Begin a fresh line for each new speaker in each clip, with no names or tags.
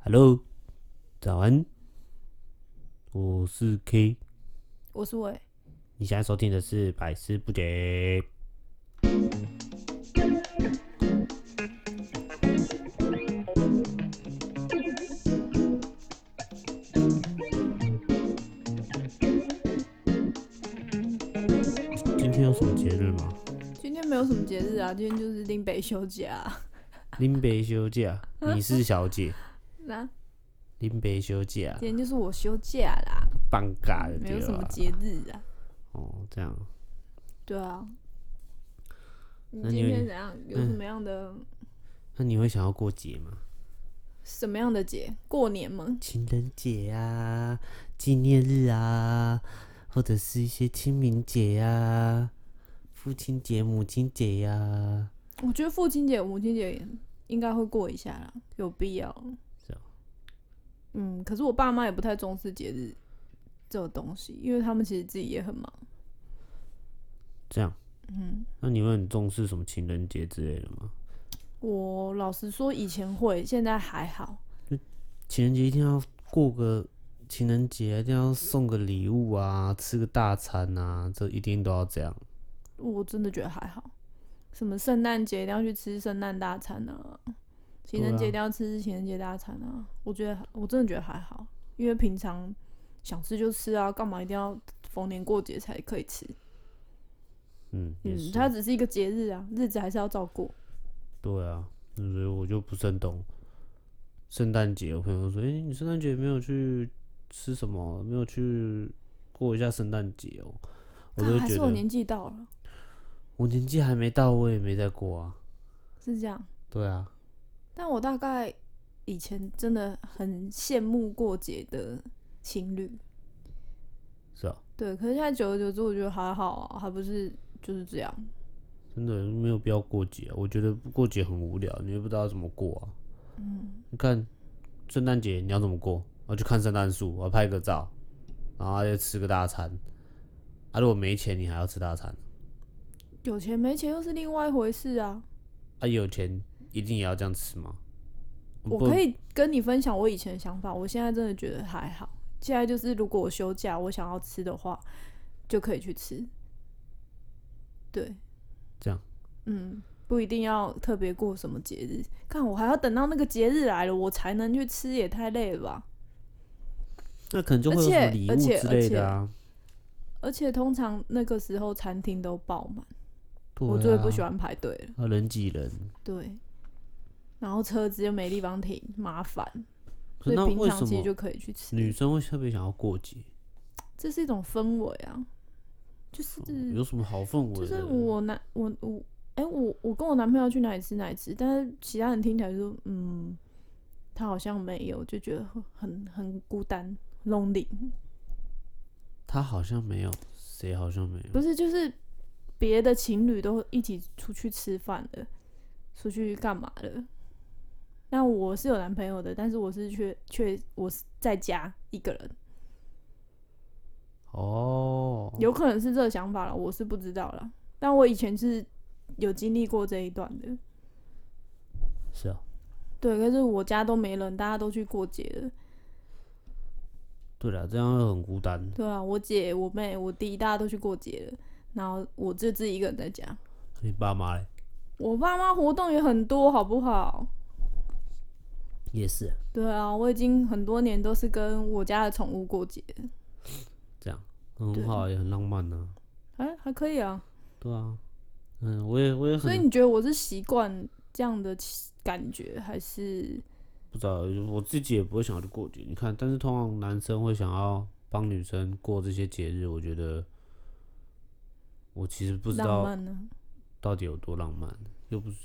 Hello，早安，我是 K，
我是伟，
你现在收听的是百思不解。今天有什么节日吗？
今天没有什么节日啊，今天就是林北休假、啊
林北休假，你是小姐，
那
林北休假，
今天就是我休假啦，
放假的
没有
对
什么
吧？
节日啊。
哦，这样。
对啊，你
那
今
你
天怎样？有什么样的、
那你会想要过节吗？
什么样的节？过年吗？
情人节啊、纪念日啊，或者是一些清明节啊、父亲节、母亲节呀、
我觉得父亲节、母亲节应该会过一下啦，有必要。
是
啊
哦
嗯，可是我爸妈也不太重视节日这种东西，因为他们其实自己也很忙。
这样，
嗯，
那你会很重视什么情人节之类的吗？
我老实说，以前会，现在还好。
情人节一定要过个情人节，一定要送个礼物啊，吃个大餐啊，这一定都要这样。
我真的觉得还好。什么圣诞节一定要去吃圣诞大餐啊，情人
对啊
节一定要吃情人节大餐啊。我觉得我真的觉得还好，因为平常想吃就吃啊，干嘛一定要逢年过节才可以吃？
嗯，也
嗯，
是，
它只是一个节日啊，日子还是要照过。
对啊，所以我就不甚懂。圣诞节，我朋友说：“诶，你圣诞节没有去吃什么？没有去过一下圣诞节哦。”我
啊
都
还
觉
是
得
我年纪到了，
我年纪还没到，我也没在过啊。
是这样。
对啊，
但我大概以前真的很羡慕过节的情侣，
是啊，
对。可是现在久而久之，我觉得还好啊，还不是就是这样。
真的没有必要过节啊、我觉得过节很无聊，你又不知道怎么过啊。嗯，你看圣诞节你要怎么过？我去看圣诞树，我要拍个照，然后再吃个大餐。啊，如果没钱，你还要吃大餐。
有钱没钱又是另外一回事啊。
啊，有钱一定也要这样吃吗？
我
嗯不
可以跟你分享我以前的想法，我现在真的觉得还好。现在就是如果我休假，我想要吃的话，就可以去吃。对，
这样，
嗯，不一定要特别过什么节日。看我还要等到那个节日来了，我才能去吃，也太累了吧。
那可能就会有
而
什
且
么礼物
而且
之类的啊。
而且通常那个时候餐厅都爆满，
对啊
我最不喜欢排队了。
啊人挤人。
对，然后车子又没地方停，麻烦，
可
所以
那
平
为
常
什
其实
么
就可以去吃。
女生会特别想要过节？
这是一种氛围啊，就是
哦有什么好氛围
就
的？
是我男我我哎、我我跟我男朋友去哪里吃哪里吃，但是其他人听起来就说嗯，他好像没有，就觉得很很孤单 lonely，
他好像没有，谁好像没有？
不是就是别的情侣都一起出去吃饭的，出去干嘛的。那我是有男朋友的，但是我是却却我是在家一个人，
哦，
有可能是这个想法了，我是不知道了。但我以前是有经历过这一段的，
是啊，
对，可是我家都没人，大家都去过节了。
对了，这样会很孤单。
对啊，我姐、我妹、我弟，大家都去过节了，然后我就自己一个人在家。
你爸妈嘞？
我爸妈活动也很多，好不好？
也是啊
对啊，我已经很多年都是跟我家的宠物过节了，
这样，很
对
好，也很浪漫呢、
哎、还可以啊。
对啊，嗯，我也我也
所以
很
你觉得我是习惯这样的气感觉，还是
不知道，我自己也不会想要去过节。你看，但是通常男生会想要帮女生过这些节日，我觉得我其实不知
浪
道
漫呢？
到底有多浪漫，又不是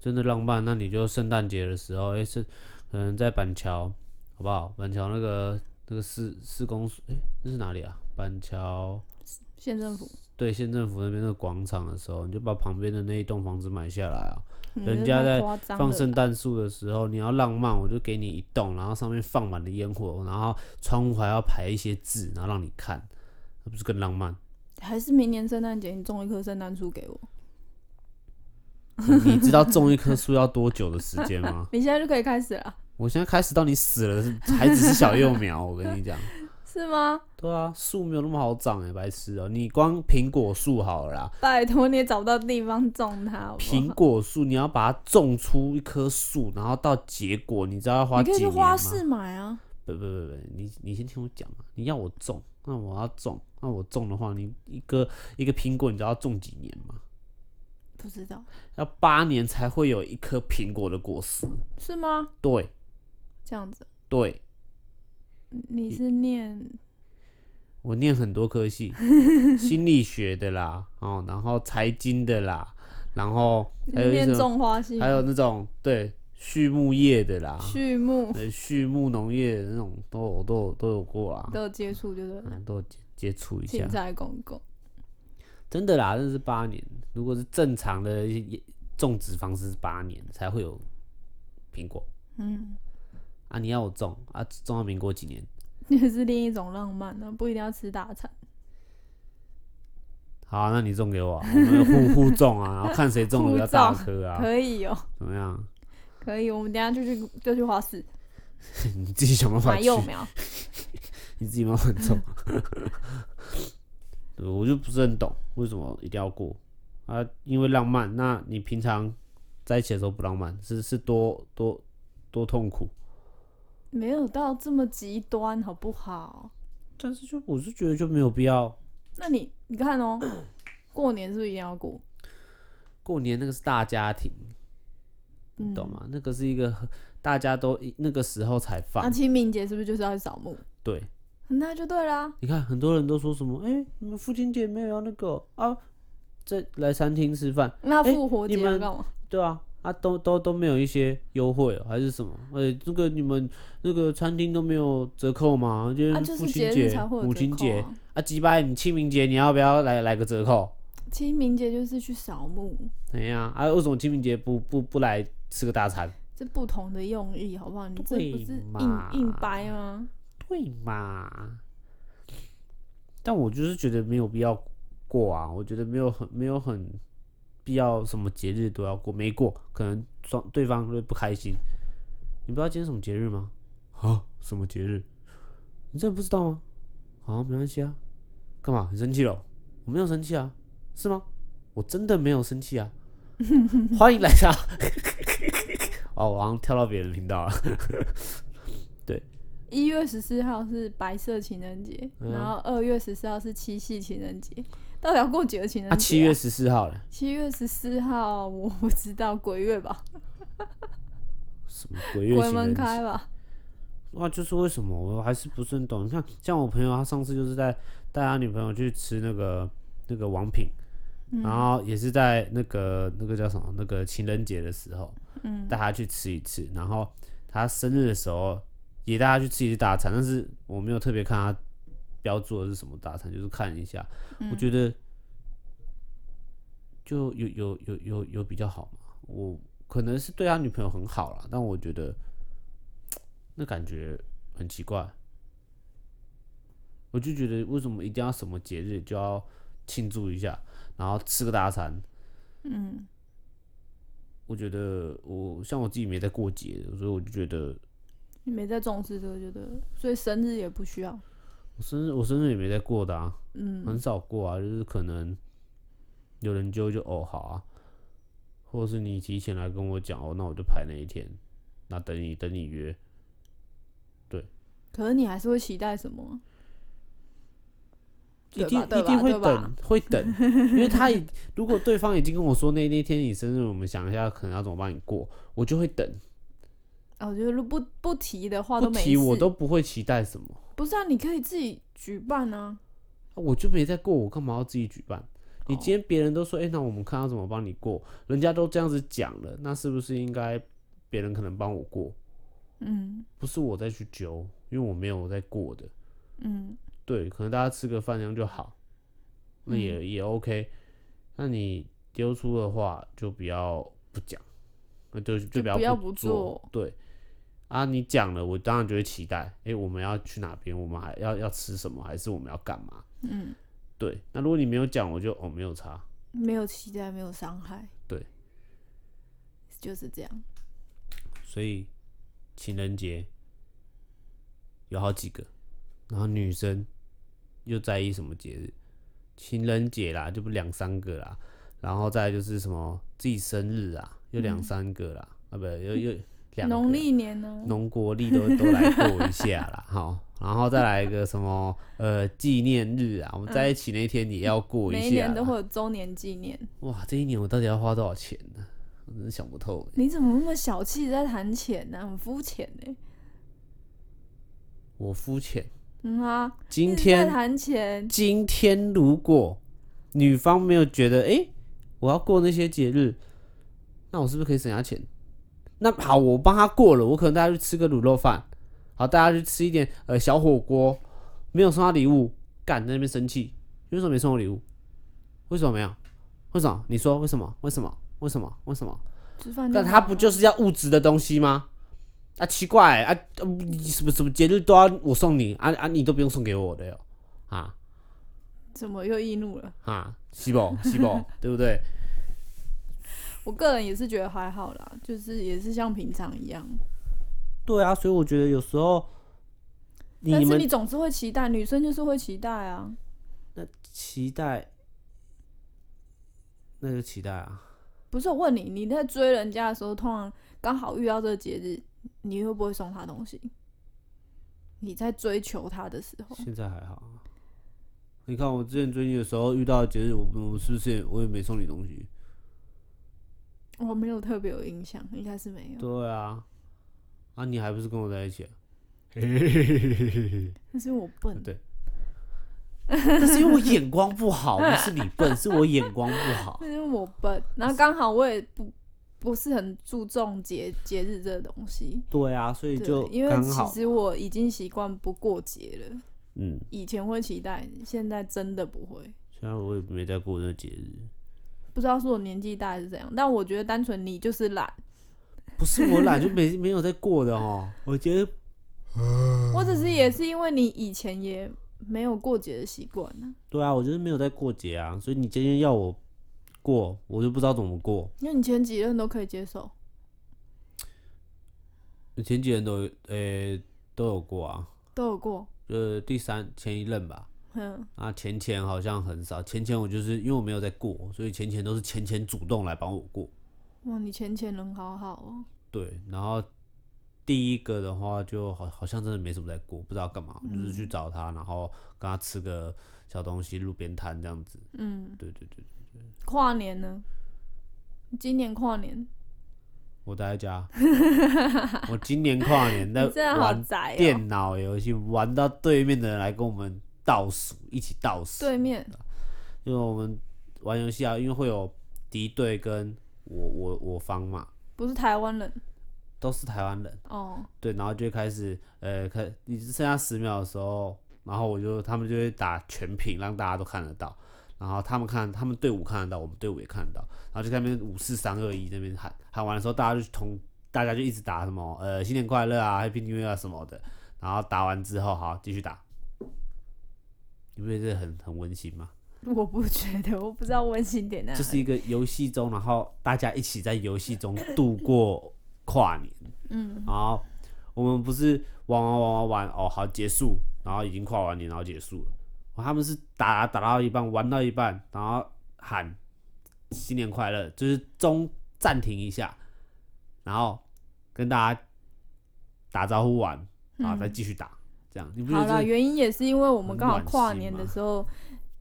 真的浪漫。那你就圣诞节的时候，诶，是可能在板桥，好不好？板桥那个那个市市公所，诶，那是哪里啊？板桥
县政府，
对县政府那边那个广场的时候，你就把旁边的那一栋房子买下来啊。
嗯
人
这
家
太
在
夸张
放
了
圣
啦
诞树的时候，你要浪漫，我就给你一栋，然后上面放满了烟火，然后窗户还要排一些字，然后让你看，那不是更浪漫？
还是明年圣诞节你种一棵圣诞树给我，？
你知道种一棵树要多久的时间吗
你现在就可以开始了。
我现在开始到你死了还只是小幼苗，我跟你讲。
是吗？
对啊，树没有那么好长哎、白痴哦、你光苹果树好了啦，
拜托，你也找不到地方种它好不好
苹果树你要把它种出一棵树，然后到结果，你知道要花
你可
几
以去
年
花
吗？
市买啊。
不不不不，你你先听我讲嘛。你要我种，那我要种，那我种的话，你一个一个苹果，你知道要种几年吗？
不知道
要八年才会有一颗苹果的果实。
是吗？
对
这样子，
对，
你是念
嗯我念很多科 系，心理学的啦，哦，然后财经的啦，然后
你
还
是
有一
念
种
种花系吗，
还有那种对畜牧业的啦，
畜牧
对畜牧农业的那种都有都有都有过啊，
都有接触，就是
嗯，都有接接触一下
青。菜公公。
真的啦，这是八年。如果是正常的种植方式，是八年才会有苹果
嗯，
啊！你要我种啊，种到民国几年？
也是另一种浪漫呢，不一定要吃大餐。
好、啊，那你种给我、啊，我们 互互种啊，然后看谁种的比较大颗啊，
可以哦，
怎么样？
可以，我们等一下就去就去花市
你自己想办法
买
去
幼，苗。
你自己慢慢种。对我就不是很懂为什么一定要过啊？因为浪漫，那你平常在一起的时候不浪漫，是是多多多痛苦。
没有到这么极端，好不好？
但是就我是觉得就没有必要
那你你 看哦，过年是不是一定要过？
过年那个是大家庭，
嗯
你懂吗？那个是一个很大家都那个时候才
那
放。
清明节是不是就是要去扫墓？
对，
那就对啦。
你看很多人都说什么，哎、你们父亲节没有要那个啊，这来餐厅吃饭，
那
诶
复活节
哎你
要
们
干嘛？
对啊，啊都都都没有一些优惠哦、还是什么？哎、这个你们那个餐厅都没有折扣吗？就
啊，
是
就
父
是
亲
节
节、
日才会有
母
折
亲
扣
节
啊。
啊，鸡巴，你清明节你要不要来来个折扣？
清明节就是去扫墓，
怎样啊？为什么清明节不不不来吃个大餐？
这不同的用意，好不好？你这
对
不是硬
嘛
硬掰吗？
对嘛？但我就是觉得没有必要过啊，我觉得没有很没有很必要什么节日都要过，没过可能双对方会不开心。你不知道今天什么节日吗？啊，什么节日？你真的不知道吗？啊，没关系啊，干嘛？你生气了？哦我没有生气啊，是吗？我真的没有生气啊。欢迎来到 哦，我好像跳到别人频道了。
一月十四号是白色情人节，
嗯
然后二月十四号是七夕情人节，到底要过几个情人节、
啊，七月十四号了。
七月十四号，我不知道鬼月吧，
什么鬼月
鬼
情
门
人节？
开吧，
哇，就是为什么我还是不是很懂？你看，像我朋友，他上次就是在带他女朋友去吃那个那个王品，然后也是在那个那个叫什么那个情人节的时候，
嗯，
带他去吃一次，然后他生日的时候也带他去吃一次大餐，但是我没有特别看他标注的是什么大餐，就是看一下，我
嗯
觉得就有有有有有比较好嘛。我可能是对他女朋友很好啦，但我觉得那感觉很奇怪。我就觉得为什么一定要什么节日就要庆祝一下，然后吃个大餐？
嗯，
我觉得我像我自己没在过节，所以我就觉得
你没在重视这个，觉得所以生日也不需要，
我生日我生日也没在过的啊，
嗯，
很少过啊，就是可能有人揪就哦好啊，或者是你提前来跟我讲哦，那我就排那一天，那等你等你约，
可是你还是会期待什么啊？
一
对
定
吧对
一
吧
定会
对吧
等会等，因为他已如果对方已经跟我说那那天你生日，我们想一下可能要怎么帮你过，我就会等，
哦，我觉得如不不提的话
不
哦都没
提我
事
都不会期待什么，
不是啊，你可以自己举办啊。
我就没在过，我干嘛要自己举办？你
哦
今天别人都说，哎、那我们看要怎么帮你过，人家都这样子讲了，那是不是应该别人可能帮我过，
嗯
不是我再去揪，因为我没有在过的。
嗯，
对，可能大家吃个饭这样就好，那也、
嗯
也 OK。那你丢出的话，就不要不讲，那就就
就
不要
不要不做
做。对，啊，你讲了，我当然就会期待，哎、我们要去哪边，我们还要要吃什么，还是我们要干嘛？
嗯，
对，那如果你没有讲，我就哦没有差。
没有期待，没有伤害。
对，
就是这样。
所以情人节有好几个，然后女生又在意什么节日？情人节啦，就不两三个啦，然后再来就是什么自己生日啊，又两三个啦，啊不，又又两个
嗯农历年哦呢？
农国历都都来过一下啦，好，然后再来一个什么呃纪念日啊，我们在一起那天也要过
嗯每
一下
一年
啦。
都会有周年纪念。
哇，这一年我到底要花多少钱呢、我真的想不透欸。
你怎么那么小气，在谈钱呢、很肤浅呢。
我肤浅，
嗯啊，一
今
直在
天
谈钱，
今天如果女方没有觉得，诶，我要过那些节日，那我是不是可以省下钱？那好，我帮她过了，我可能带她去吃个卤肉饭，好，带她去吃一点呃小火锅，没有送她礼物，干在那边生气，为什么没送我礼物？为什么没有？为什么？你说为什么？为什么？为什么？为什么？
吃饭就
但
好
他不
了
就是要物质的东西吗？啊，奇怪、啊，呃你什么什么节日都要我送你啊啊，你都不用送给我的哟，啊
怎么又易怒了？
啊，西宝西 宝，对不对？
我个人也是觉得还好啦，就是也是像平常一样。
对啊，所以我觉得有时候
但
你
是
们
你总是会期待，女生就是会期待啊。
期待，那就期待啊。
不是我问你，你在追人家的时候，通常刚好遇到这个节日，你会不会送他东西？你在追求他的时候，
现在还好啊，你看我之前追你的时候遇到的节日，我我是不是也我也没送你东西？
我没有特别有印象，应该是没有。
对啊，啊，你还不是跟我在一起、 啊？
但是我笨，
对但是因为我眼光不好，不是你 笨，是我眼光不好
那。是我笨。然后刚好我也不不是很注重节节日这个东西，
对啊，所以
对
就，
因为
刚
其
好，
实我已经习惯不过节了。
嗯，
以前会期待，现在真的不会。
虽然我也没在过那节日，
不知道是我年纪大还是怎样，但我觉得单纯你就是懒，
不是我懒，就 没没有在过的哦。我觉得嗯
我只是也是因为你以前也没有过节的习惯呢，
对啊，我就是没有在过节啊，所以你今天要我过，我就不知道怎么过。
因为你前几任都可以接受，
前几任都有呃、都有过啊，
都有过，
呃，第三前一任吧，
嗯，
啊前前好像很少，前前我就是因为我没有在过，所以前前都是前前主动来帮我过。
哇，你前前人好好哦，
对，然后第一个的话就好好像真的没什么在过，不知道干嘛，就是去找他，然后跟他吃个小东西，路边摊这样子。
嗯，
对对对，
跨年呢？今年跨年，
我待在家， 我今年跨年在
你真的好
玩
宅哦，
电脑游戏，玩到对面的人来跟我们倒数，一起倒数。
对面，
因为我们玩游戏啊，因为会有敌对跟我我我方嘛，
不是台湾人
都是台湾人。
哦，
对，然后就会开始呃，开你只剩下十秒的时候，然后我就他们就会打全屏，让大家都看得到。然后他们看，他们队伍看得到，我们队伍也看得到。然后就在那边五四三二一那边喊喊完的时候，大家就同大家就一直打什么呃新年快乐啊，Happy New Year 啊什么的。然后打完之后，好继续打。你不觉得这很很温馨吗？
我不觉得，我不知道温馨点在哪
这
里，
是一个游戏中，然后大家一起在游戏中度过跨年。
嗯，
然后我们不是玩玩玩玩玩哦，好结束，然后已经跨完年，然后结束了。哦他们是打打到一半，玩到一半，然后喊新年快乐，就是中暂停一下，然后跟大家打招呼完，然后再继续打，这样你不觉
好
得
啦，
这？
原因也是因为我们
很
刚好
暖
跨
心
年
嘛
的时候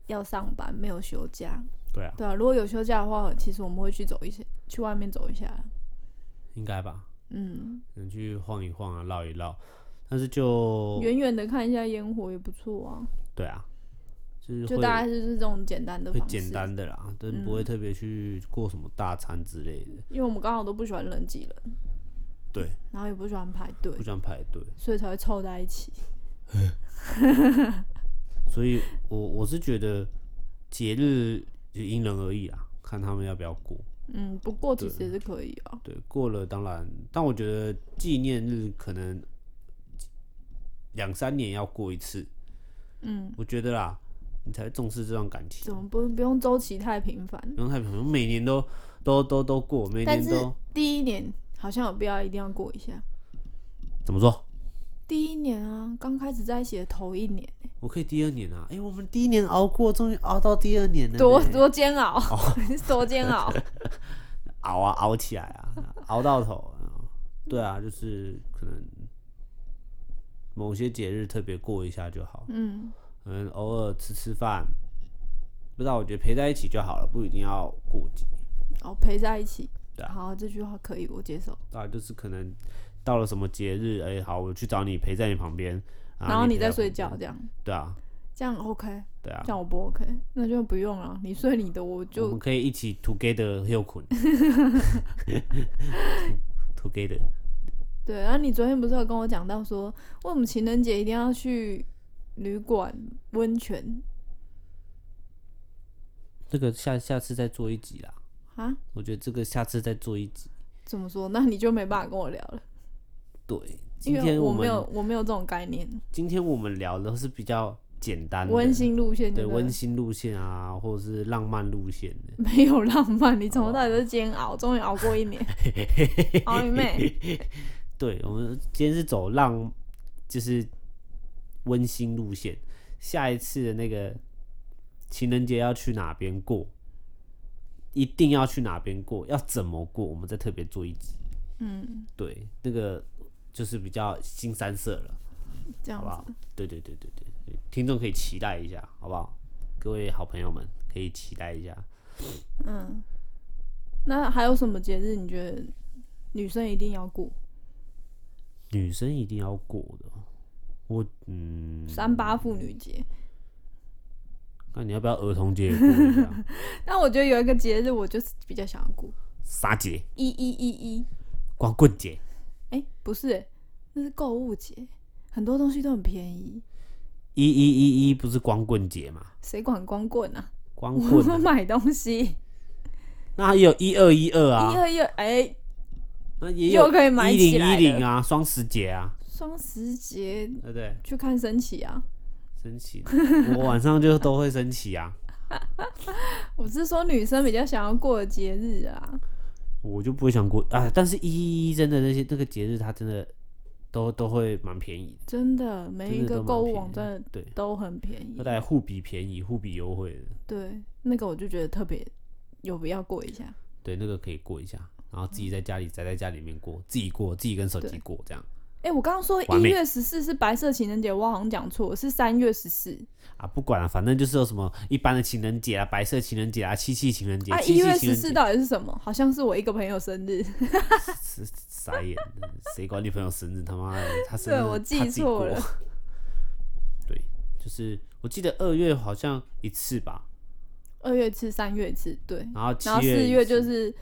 要上班，没有休假。
对啊，
对啊，如果有休假的话，其实我们会去走一些，去外面走一下。
应该吧？
嗯，
能去晃一晃啊，绕一绕，但是就
远远的看一下烟火也不错啊。
对啊，就是
就
会
大概就是这种简单的
会
方式。
简单的啦，但不会特别去过什么大餐之类的。
因为我们刚好都不喜欢人挤人，
对，
然后也不喜欢排队
不，想排队，
所以才会凑在一起。
所以我我是觉得节日就因人而异啦，看他们要不要过。
嗯，不过其实也是可以啊。
对，过了当然，但我觉得纪念日可能两三年要过一次，
嗯，
我觉得啦，你才会重视这段感情
怎。么不不用周期太频繁？
不用太平，我每年都都都都过，每
但
年
是
都
第一年好像有必要一定要过一下。
怎么做？
第一年啊，刚开始在一起的头一年，
我可以第二年啊！哎、我们第一年熬过，终于熬到第二年了呢，哦
多多煎熬， 多煎 熬。
熬啊熬起来啊， 熬到头。对啊，就是可能某些节日特别过一下就好，
嗯，
可能偶尔吃吃饭，不知道我觉得陪在一起就好了，不一定要过节。
哦，陪在一起。
对啊
好，这句话可以，我接受。
对啊，就是可能到了什么节日，哎、好，我去找你陪在你旁边，啊
然后
你
你
陪在
再
我
睡
旁边
觉，。这样
对啊，
这样 OK，
对啊
这，样我不 OK，那就不用了。你睡你的，我
我
就
们可以一起 together 又 困 together。
对，然后你昨天不是有跟我讲到说，为什么情人节一定要去旅馆温泉
这个下下次再做一集啦，
啊？
我觉得这个下次再做一集。
怎么说？那你就没办法跟我聊了，
对，
因
今
为
天
我
们
没有我没有这种概念，
今天我们聊的是比较简单的
温，馨路线
对
就
温馨路线啊，或者是浪漫路线的。
没有浪漫， 你从头到尾都是煎熬，终于熬过一年，熬你妹！
对，我们今天是走浪，就是温馨路线。下一次的那个情人节要去哪边过？一定要去哪边过？要怎么过？我们再特别做一集。
嗯，
对，那个就是比较新三色了，
这样
好不好
子，？
对对对对对，听众可以期待一下，好不好？各位好朋友们可以期待一下。
嗯。那还有什么节日你觉得女生一定要过？
女生一定要过的哦，我嗯，
三八妇女节。
那你要不要儿童节也过一 下？
但我觉得有一个节日，我就是比较想要过
啥节？
一一一一。
光棍节。
哎、不是、欸，那是购物节，很多东西都很便宜，
一一一一不是光棍节嘛？
谁管光棍啊？
光
我
棍
要
啊、
买东西，
那也有一二一二
一
啊，
二一二，哎，
那也有
又可以买
一
起
零
来
一
了
零啊，双十节啊，
双十节
对不对？
去看升旗啊！
升旗，我晚上就都会升旗啊，
我是说女生比较想要过的节日啊，
我就不会想过啊。但是一一一真的那些那个节日，它真的都都会蛮便宜的，
真的，每一
真的
个
都蛮
购
便
物
宜
网站
对，
都很便宜
那。大概互比便宜，互比优惠的，
对，那个我就觉得特别有必要过一下。
对，那个可以过一下，然后自己在家里宅在家里面过，自己过，自己跟手机
对
过这样
哎、我刚刚说
完
一
美
月十四是白色情人节，我好像讲错，是三月十四
啊，不管了、反正就是有什么一般的情人节啊，白色情人节啊，七夕情人节
啊。，
七
一月
夕情
十
人节
四。到底是什么？好像是我一个朋友生日，
是傻眼，谁管你朋友生日？他妈的，他生日
对我记
他自己
错
过
了。
对，就是我记得二月好像一次吧，
二月一次，三月一次，对。
然后哦七
然后
月
四
一
月
次
就是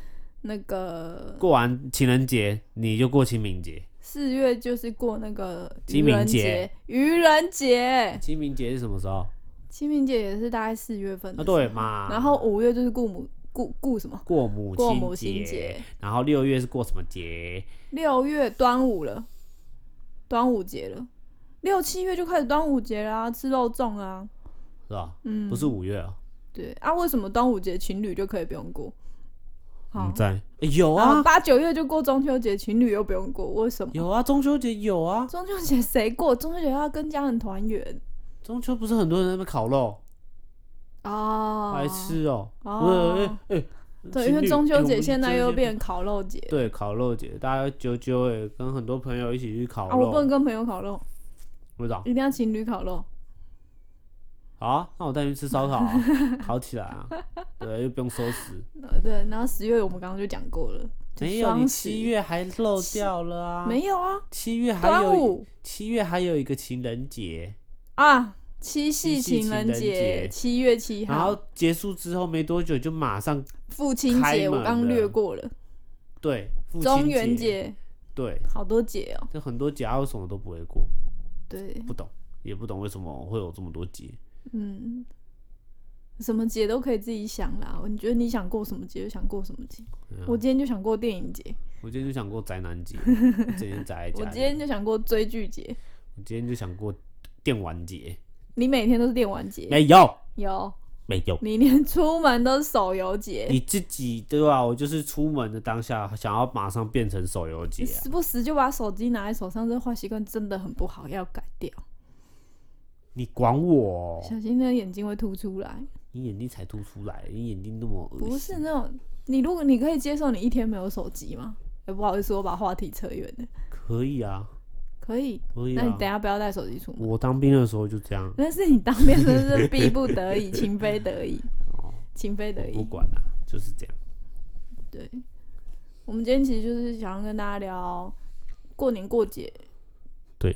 那个
过完情人节，你就过清明节。
四月就是过那个
清
愚
明
人
节
节，愚人节，
清明节是什么时候？
清明节也是大概四月份的
啊，
时候
对嘛。
然后五月就是顾母顾顾什么？
过母
过母亲
亲
节，
然后六月是过什么节？
六月端午了，端午节了，六七月就开始端午节啦、吃肉粽啊，
是吧？
嗯，
不是五月哦，
对啊，为什么端午节情侣就可以不用过？好
嗯，，在诶有
然后
啊
八九月就过中秋节，情侣又不用过，为什么？
有啊，中秋节有啊，
中秋节谁过？中秋节要跟家人团圆
中秋不是很多人在那边烤肉，
哦，
白痴哦。
哦
喂哎哎情
对，因为
侣
中
哎
秋
我
节
们
现在
这
又
些
变烤肉节
对，烤肉节，大家揪揪哎，跟很多朋友一起去烤
啊！
肉。
我不能跟朋友烤肉，
不知道。
一定要情侣烤肉。
好啊，那我带你去吃烧烤、啊，烤起来啊！对，又不用收拾。
呃，对，然后十月我们刚刚就讲过了， 就
没有，
双
你
十
七月还漏掉了啊！
没有啊，
七月还
端
有
午
七月还有一个情人节，
啊，七
七
夕
夕
情人
情人
节，
节
七月七
然
号，
后结束之后没多久就马上
父亲
开
节我
门
刚略
了
过了，
对父
中
亲
元
节，
节，
对，
好多节哦。
就很多节啊，为什么都不会过？
对，
不懂，也不懂为什么会有这么多节。
嗯，什么节都可以自己想啦。你觉得你想过什么节就想过什么节。
对啊
我今天就想过电影节，
我今天就想过宅男节，我整天宅在
我
家
今
里。
天就想过追剧节。
我今天就想过电玩节，
你每天都是电玩节，
没有，
有
没有。
你连出门都是手游节，
你自己对吧？我就是出门的当下，想要马上变成手游姐
你
啊。
时不时就把手机拿在手上，这坏习惯真的很不好，要改掉。
你管我哦、
小心那个眼睛会凸出来。
你眼睛才凸出来，你眼睛那么恶心
不是那种，你如果你可以接受你一天没有手机吗？也、不好意思，我把话题扯远了。
可以啊，
可以，
可以
那你
啊
等。一下不要带手机出门。
我当兵的时候就这样，
但是你当面真的是逼不得已， 情非得已，情非得
我不
已。
管啦、就是这样。
对，我们今天其实就是想要跟大家聊过年过节，
对，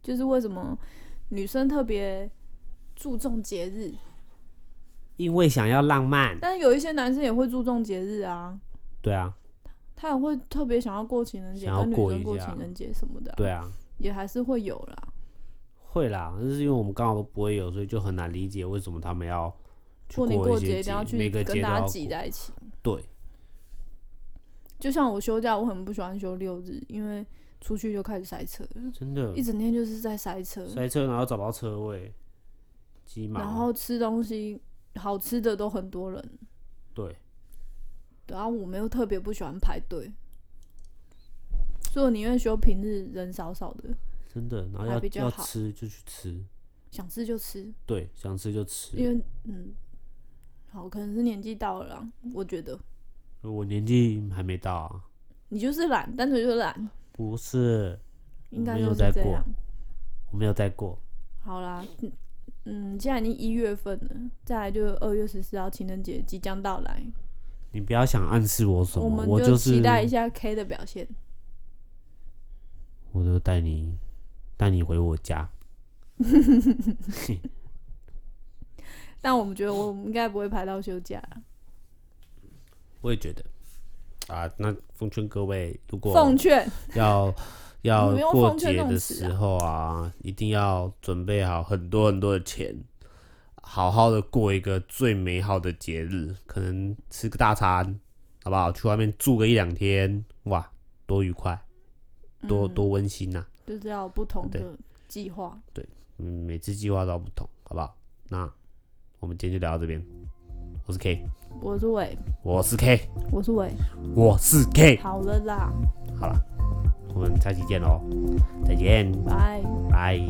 就是为什么女生特别注重节日，
因为想要浪漫，
但是有一些男生也会注重节日啊，
对啊，
他也会特别想要过情人节，
想要
跟女
过
生
一
过
下
情人节什么的啊、
对啊，
也还是会有啦。
会啦。但是因为我们刚好都不会有，所以就很难理解为什么他们要去
过年过
一些
节一定要去
每个
跟
节都
大
要
家
过
挤在一起。
对，
就像我休假，我很不喜欢休六日，因为出去就开始塞车，
真的
嗯一整天就是在塞车，
嗯塞车，然后找不到车位，鸡毛。
然后吃东西好吃的都很多人，
对，
然后我们又特别不喜欢排队，所以我宁愿休平日人少少的，
真的，然后
还
要
比较
要
好
吃就去吃，
想吃就吃，
对，想吃就吃。
因为嗯，好，可能是年纪到了啦，我觉得
我年纪还没到啊，
你就是懒，单纯就是懒，
不是，
应该
没
就
有
是
在
这
过
样。
我没有带过，
好啦，嗯嗯，现在已经一月份了，再来就二月十四号情人节即将到来，
你不要想暗示我什
我
么，
们
我
就是期待一下 K 的表现。
我就带你带你回我家，
但我们觉得我们应该不会排到休假啦。
我也觉得。啊，那奉劝各位，如果
奉劝
要要
我们用
过
奉劝
节
这种
的
词
时
啊
候啊，一定要准备好很多很多的钱，好好的过一个最美好的节日。可能吃个大餐，好不好？去外面住个一两天，哇，多愉快，多
嗯
多温馨呐、
就是要有不同
对
的计划。
嗯，每次计划都不同，好不好？那我们今天就聊到这边。我是 K，
我是伟，
我是 K，
我是伟，
我是 K。
好了啦，
好了，我们下期见喽，再见，
拜。
拜。